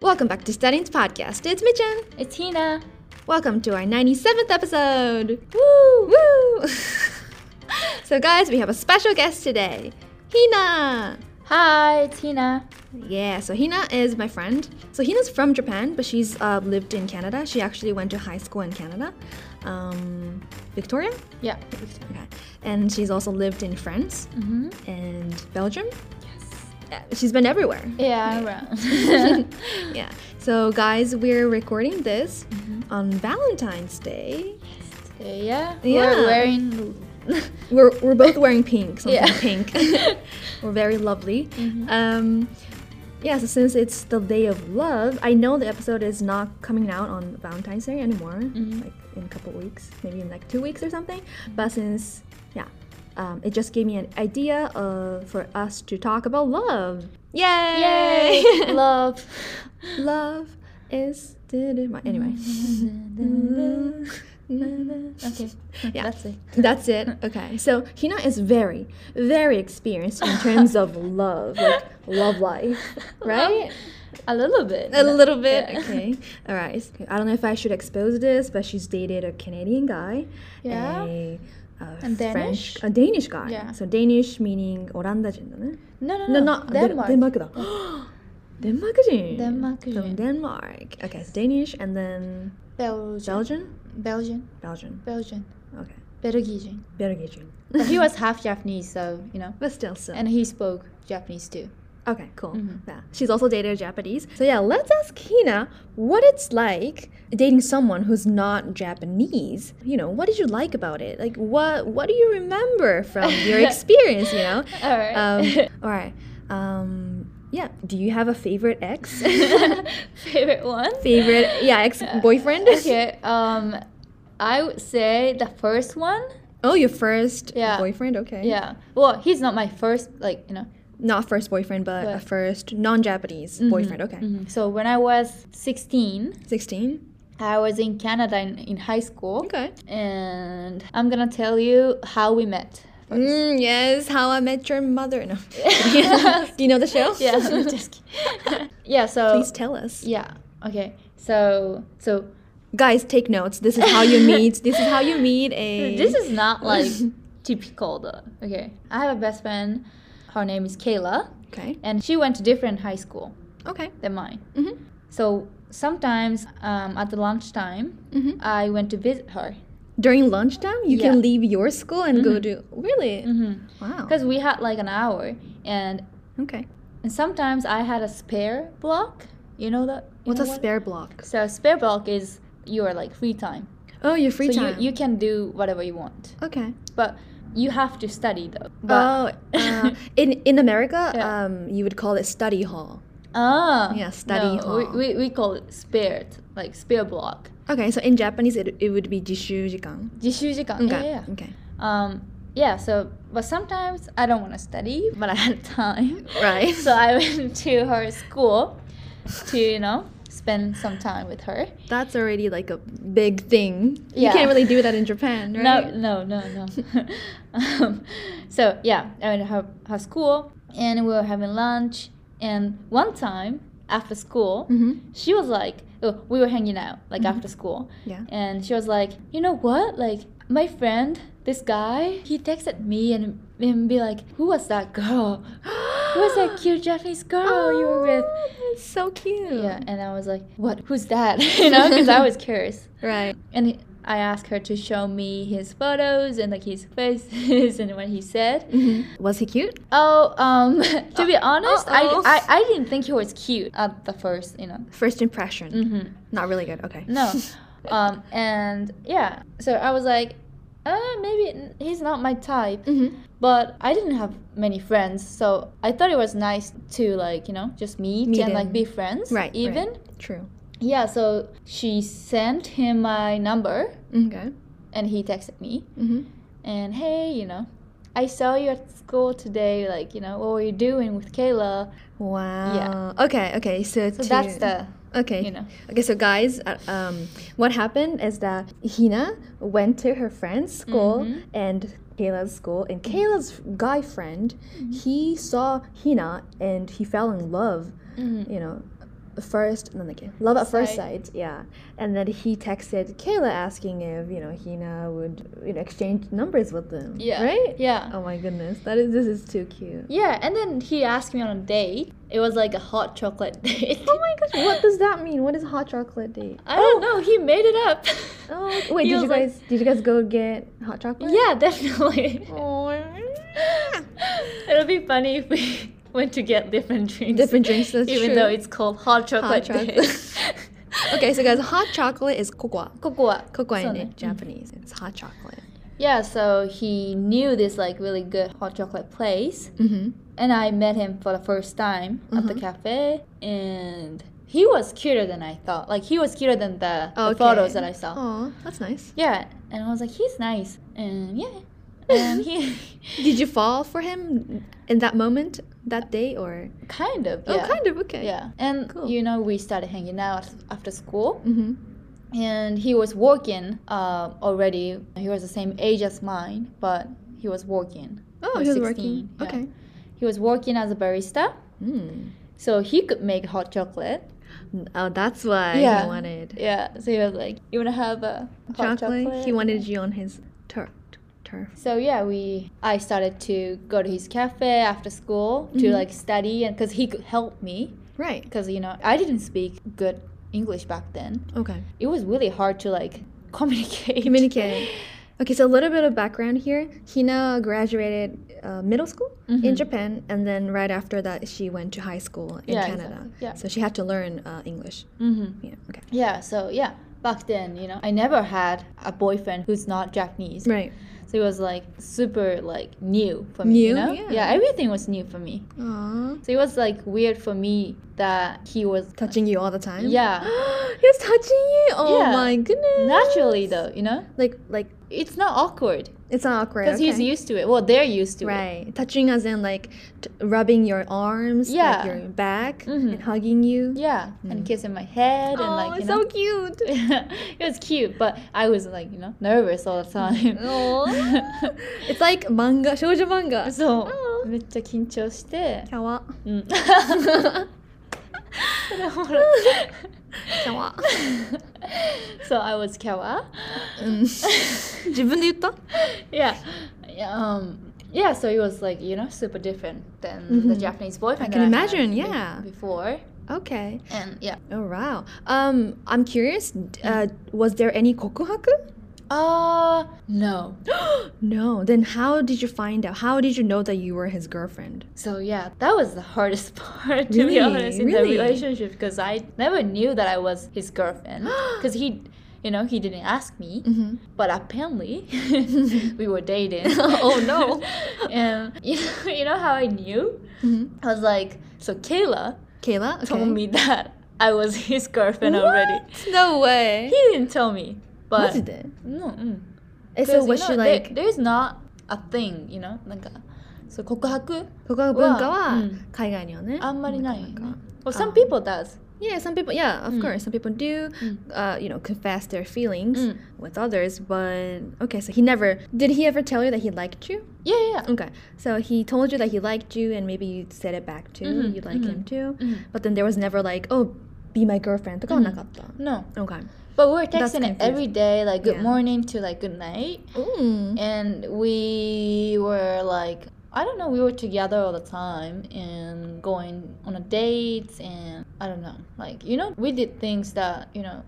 Welcome back to Studying's podcast. It's Mitchin. It's Hina. Welcome to our 97th episode. Woo! Woo! so, guys, we have a special guest today Hina. Hi, it's Hina. Yeah, so Hina is my friend. So Hina's from Japan, but she's uh, lived in Canada. She actually went to high school in Canada, um, Victoria. Yeah. Okay. And she's also lived in France Mm-hmm. and Belgium. Yes. Yeah, She's been everywhere. Yeah, around. yeah. Mm-hmm. So, guys, we're recording this on Valentine's Day. yeah. Yeah. We're wearing. We're, we're both wearing pink, something Yeah. pink. we're very lovely. Um, yeah, so since it's the day of love, I know the episode is not coming out on Valentine's Day anymore, like in a couple weeks, maybe in like two weeks or something. But since, yeah, um, it just gave me an idea of, for us to talk about love. Yay! Yay! Love. love is. Anyway. okay. Yeah. That's it. That's it. Okay. So Hina is very, very experienced in terms of love, like love life, right? A little bit. A little bit. Yeah. Okay. All right. I don't know if I should expose this, but she's dated a Canadian guy. Yeah. A, a And French, Danish? a Danish guy. Yeah. So Danish meaning Oranda No, no, no. No, not Denmark. Denmark. Denmark. Denmark. Denmark-jin. From Denmark. Okay, so Danish and then Belgium. Belgian? Belgian. Belgian. Belgian. Okay. Belgian. Belgian. But he was half Japanese, so, you know. But still, so. And he spoke Japanese too. Okay, cool. Mhm. Yeah. She's also dated a Japanese. So yeah, let's ask Hina what it's like dating someone who's not Japanese. You know, what did you like about it? Like what what do you remember from your experience, you know? All right. Um, all right. Um, yeah, do you have a favorite ex? Favorite one? favorite yeah, ex boyfriend? Okay. Um, I would say the first one. Oh, your first Yeah. boyfriend, okay. Yeah. Well, he's not my first, like you know. Not first boyfriend, but a But- Mm-hmm. first non-Japanese boyfriend, okay. So when I was 16, 16. I was in Canada in, in high school, Okay. and I'm gonna tell you how we met. Mm, yes, How I Met Your Mother. No. Do you know the show? Yeah. just kidding. yeah. So. Please tell us. Yeah. Okay. So so Guys, take notes. This is how you meet. This is how you meet a. this is not like typical though. Okay. I have a best friend. Her name is Kayla, Okay. and she went to different high school Okay. than mine. Mhm. So sometimes um, at the lunchtime, Mhm. I went to visit her During lunchtime, you Mm-hmm. Yeah. Mm-hmm. can leave your school and go to. Really? because Wow. we had like an hour, and Okay. and sometimes I had a spare block. You know that? you What's know a what? spare block? So spare block is your like free time. Oh, your free so time. You, you can do whatever you want, okay. but you have to study though. But, Oh, uh, in in America, Yeah. um, you would call it study hall. ah, yeah, study no, we, hall. we we call it spare like spare block. Okay, so in Japanese, it, it would be jishu jikan. 自習時間。 Okay. Yeah, yeah. yeah. Okay. Um, yeah, so, but sometimes I don't want to study, but I had time. Right. So I went to her school to, you know, spend some time with her. That's already like a big thing. You Yeah. can't really do that in Japan, right? No, no, no, no. um, so, yeah, I went to her, her school and we were having lunch. And one time after school, Mm-hmm. she was like, oh, we were hanging out, like after school. Yeah. And she was like, you know what? Like, my friend, this guy, he texted me and, and be like, who was that girl? Who was that cute Japanese girl you were with? That's Oh, so cute. Yeah. And I was like, what? Who's that? you know, because I was curious. Right. And I asked her to show me his photos and like his faces and what he said. Mm-hmm. Was he cute? Oh, um, to be honest, I, Uh-oh. I, I didn't think he was cute at the first, you know. First impression. Mm-hmm. Not really good. Okay. No. um, and yeah, so I was like, uh, maybe n- he's not my type. Mm-hmm. But I didn't have many friends, so I thought it was nice to like you know just meet, Meet and him. like be friends. Right, Even True. yeah. So she sent him my number, Okay. and he texted me, Mm-hmm. and hey, you know, I saw you at school today. Like you know, what were you doing with Kayla? Wow. Okay. Okay. So, So to- that's the okay. you know. Okay. So guys, uh, um, what happened is that Hina went to her friend's school Mhm. and Kayla's school, and Kayla's guy Mm-hmm. friend, he saw Hina and he fell in love. Mhm. You know, first, no, like, love at first Sight. sight, yeah. And then he texted Kayla asking if you know Hina would you know exchange numbers with them, Yeah. right? Yeah. Oh my goodness, that is this is too cute. Yeah, and then he asked me on a date. It was like a hot chocolate date. Oh my gosh, what does that mean? What is hot chocolate date? I don't know. He made it up. Oh, okay. wait, He did was you like- guys did you guys go get hot chocolate? yeah, definitely. Oh. It'll be funny if we went to get different drinks. Different drinks, that's even true. though it's called hot chocolate. chocolate. day. okay, so guys, hot chocolate is kokwa. Cocoa. Kokwa in Soda. Japanese, it's hot chocolate. Yeah, so he knew this like really good hot chocolate place, Mm-hmm. and I met him for the first time at the cafe, and he was cuter than I thought. Like he was cuter than the, the photos that I saw. Oh, that's nice. Yeah, and I was like, he's nice, and yeah, and he Did you fall for him in that moment, that day, or? kind of yeah. Oh, kind of. Okay. Yeah, and Cool. you know we started hanging out after school, Mm-hmm. and he was working uh, already. He was the same age as mine, but he was working. Oh, Or he was 16, working. yeah. Okay. He was working as a barista, Mm. so he could make hot chocolate. Oh, that's what Yeah. he wanted. Yeah, so he was like, "You wanna have a hot Chocolate. chocolate?" He wanted you on his turf. Turf. So yeah, we I started to go to his cafe after school to Mhm. like study, and because he could help me, Right. because you know I didn't speak good English back then. Okay. It was really hard to like communicate. Communicate. Okay, so a little bit of background here. Hina graduated uh, middle school in Mhm. Japan, and then right after that, she went to high school in Yeah, Canada. exactly. Yeah. So she had to learn uh, English. hmm Yeah. Okay. Yeah, so yeah, back then, you know, I never had a boyfriend who's not Japanese. Right. So it was like super like new for me. You New? know? Yeah. everything was new for me. Aww. So it was like weird for me that he was Touching you all the time. Yeah. he was touching you. Oh Yeah. my goodness. naturally though, you know? Like like It's not awkward it's not awkward. because he's okay. used to it. Well, they're used to it. Right. Touching as in like t- rubbing your arms, Yeah. like your back, Mhm. and hugging you. Yeah, and kissing my head and like you it's know, Oh, so cute. it was cute, but I was like you know nervous all the time. Aw. it's like manga, shoujo manga. Oh. そうめっちゃ緊張して、 Kawa. うん、 Kawa. so I was kawa Mm. Mm. 自分で言った yeah um yeah so it was like you know super different than the Japanese boyfriend Mm-hmm. I can that had imagine, be- yeah. before Okay. and yeah Oh wow. Um, I'm curious. d- Uh, was there any kokuhaku? uh no No. Then how did you find out? How did you know that you were his girlfriend? so yeah that was the hardest part to Really? be honest in Really? the relationship because I never knew that I was his girlfriend because he you know he didn't ask me Mm-hmm. but apparently we were dating. Oh, no. and you know, you know how I knew? Mhm. I was like, so Kayla Kayla okay. told me that I was his girlfriend What? already. No He way. didn't tell me, but マジで no. Mm. Eh, Because, so you was know, she there- like there's not a thing, you know, like a, so 告白ここの文化うはん海外にはね、あんまりないよねかか Well, some あ people does. Yeah, some people. Yeah, of うん course, some people do. うん Uh, you know, confess their feelings うん with others. But okay, so he never did. He ever tell you that he liked you? Yeah, yeah. yeah. Okay, so he told you that he liked you, and maybe you said it back too. Mhm, You like him too. mhm. But then there was never like, oh, be my girlfriend. と Mm-hmm. かはなかった No, Okay. but we were That's texting confusing. it every day, like good Yeah. morning to like good night. Mm. and we were like i don't know we were together all the time and going on a dates and i don't know like you know we did things that you know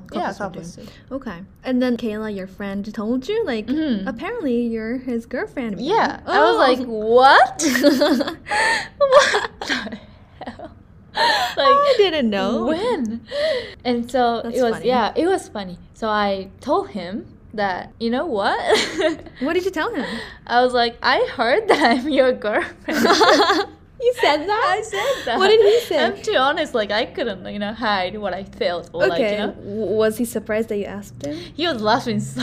couples- yeah couples couples Okay. And then Kayla, your friend, told you like, Mhm. apparently you're his girlfriend. man." yeah i Oh. was like what what the hell? I like didn't know. when and so That's it was funny. yeah it was funny so i told him that you know what What did you tell him? i was like i heard that i'm your girlfriend You said I said that. What did he say? I'm too honest. Like I couldn't, you know, hide what I felt. Or like, you okay. know, W- was he surprised that you asked him? he was laughing so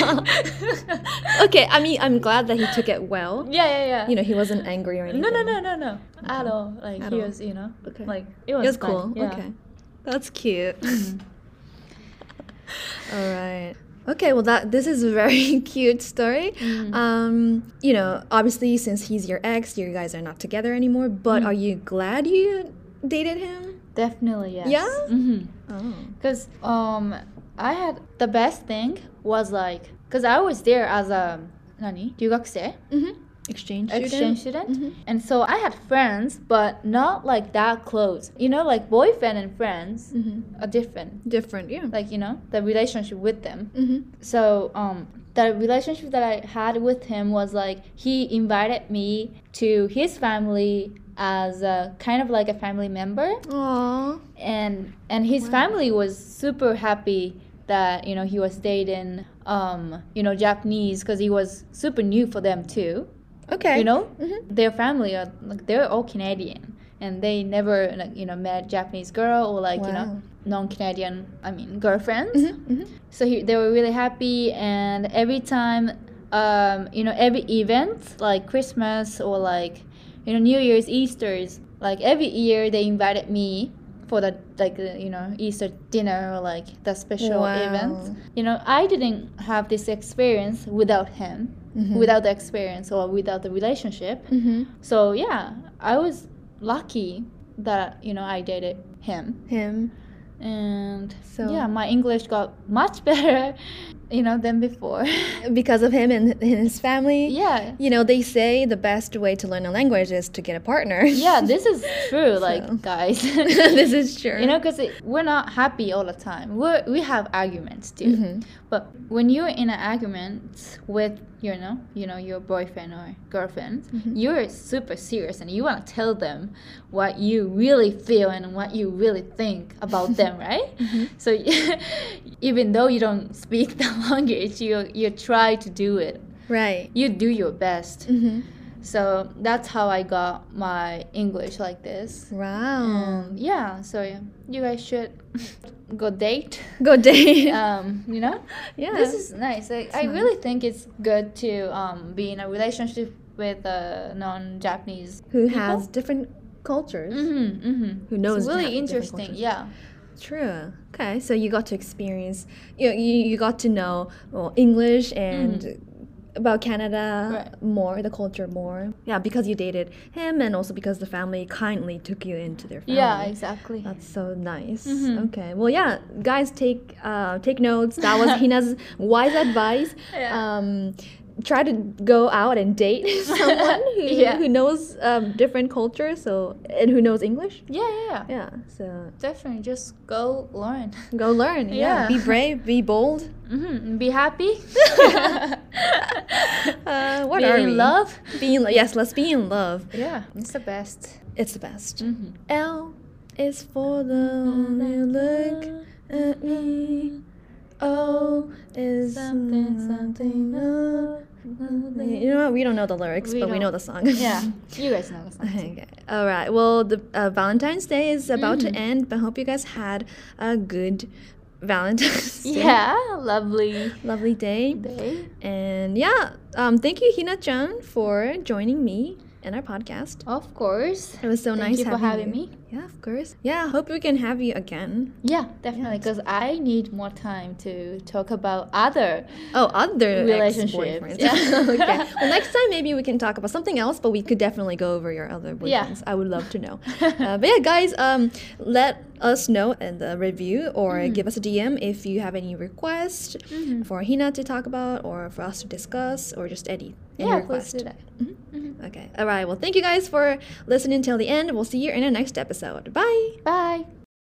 Okay. I mean, I'm glad that he took it well. Yeah, yeah, yeah. You know, he wasn't angry or anything. no, no, no, no, no. At all. Like At he all. was, you know, Okay. like it It was, was, fun. cool. Yeah. Mm-hmm. Okay. That's cute. All right. Okay, well that this is a very cute story. Mm-hmm. Um, you know, obviously Mm-hmm. since he's your ex, you guys are not together anymore, but are you glad you dated him? Definitely yes. Yeah? Mm-hmm. Oh. Cause um, I had the best thing was like, cause I was there as a nani留学生 Mm-hmm. Exchange student. exchange student, Mhm. and so I had friends, but not like that close. You know, like boyfriend and friends Mhm. are Mm-hmm. different. Different, yeah. Like you know, the relationship with them. mm-hmm. So um, the relationship that I had with him was like he invited me to his family as a kind of like a family member Aww. and and his family was super happy that you know he was stayed in um you know japanese because he was super new for them too Okay. you know Mhm. their family are like they're all canadian and they never like you know met japanese girl or like you Wow. know non-canadian i mean girlfriends Mm-hmm. so he, they were really happy and every time um, you know every event like christmas or like you know new year's easter's like every year they invited me for the like the, you know easter dinner or like the special Wow. events you know i didn't have this experience without him Mhm. without the experience or without the relationship Mm-hmm. so yeah i was lucky that you know i dated him Him. and So- yeah my english got much better you know than before Because of him and his family. yeah You know, they say the best way to learn a language is to get a partner. yeah this is true like So. guys this is true. you know because we're not happy all the time we we have arguments too Mhm. but when you're in an argument with you know you know your boyfriend or girlfriend Mm-hmm. you're super serious and you want to tell them what you really feel and what you really think about them right so even though you don't speak the language you you try to do it Right. you do your best Mm-hmm. so that's how i got my english like this Wow. um, yeah so yeah, you guys should go date Good day. um, you know yeah. this is nice I, I really think it's good to um, be in a relationship with a non-japanese who people. has different cultures. mm-hmm, mm-hmm. Who knows it's really different interesting cultures. Oh, yeah True. Okay, so you got to experience, you you, you got to know well, English and about Canada Mm-hmm. Right. more, the culture more. Yeah, because you dated him, and also because the family kindly took you into their family. yeah exactly That's so nice. Mhm. Okay. Well, yeah, guys, take uh, take notes. That was Hina's wise advice. Yeah. Um, try to go out and date someone who, Yeah. who knows um, different cultures, so and who knows English. yeah yeah, yeah. Yeah. So definitely just go learn go learn. Yeah. Yeah. Be brave. Be bold. mm-hmm. be happy Uh, what be are in we? love Be in lo- yes. Let's be in love. yeah it's the best It's the best. mm-hmm. L is for the only look at me. O is Something, something of- You know what? We don't know the lyrics, We but we don't. know the song. yeah you guys know the song Okay. All right. Well, the uh, Valentine's Day is about to end, but hope you guys had a good Valentine's Day. yeah lovely Lovely day. day And yeah, um, thank you, Hina chan, for joining me and our podcast. of course It was so Thank nice you for having you. me. Yeah, of course. Yeah, hope we can have you again. yeah definitely because i need more time to talk about other Oh, other Relationships, ex-boyfriends. yeah. okay. Well, next time maybe we can talk about something else, but we could definitely go over your other boyfriends. Yeah. I would love to know. uh, but yeah, guys, um, let us know in the review or Mm-hmm. give us a DM if you have any requests for Hina to talk about or for us to discuss or just any, any yeah request. please do that Okay. All right. Well, thank you guys for listening till the end. We'll see you in the next episode. Bye. bye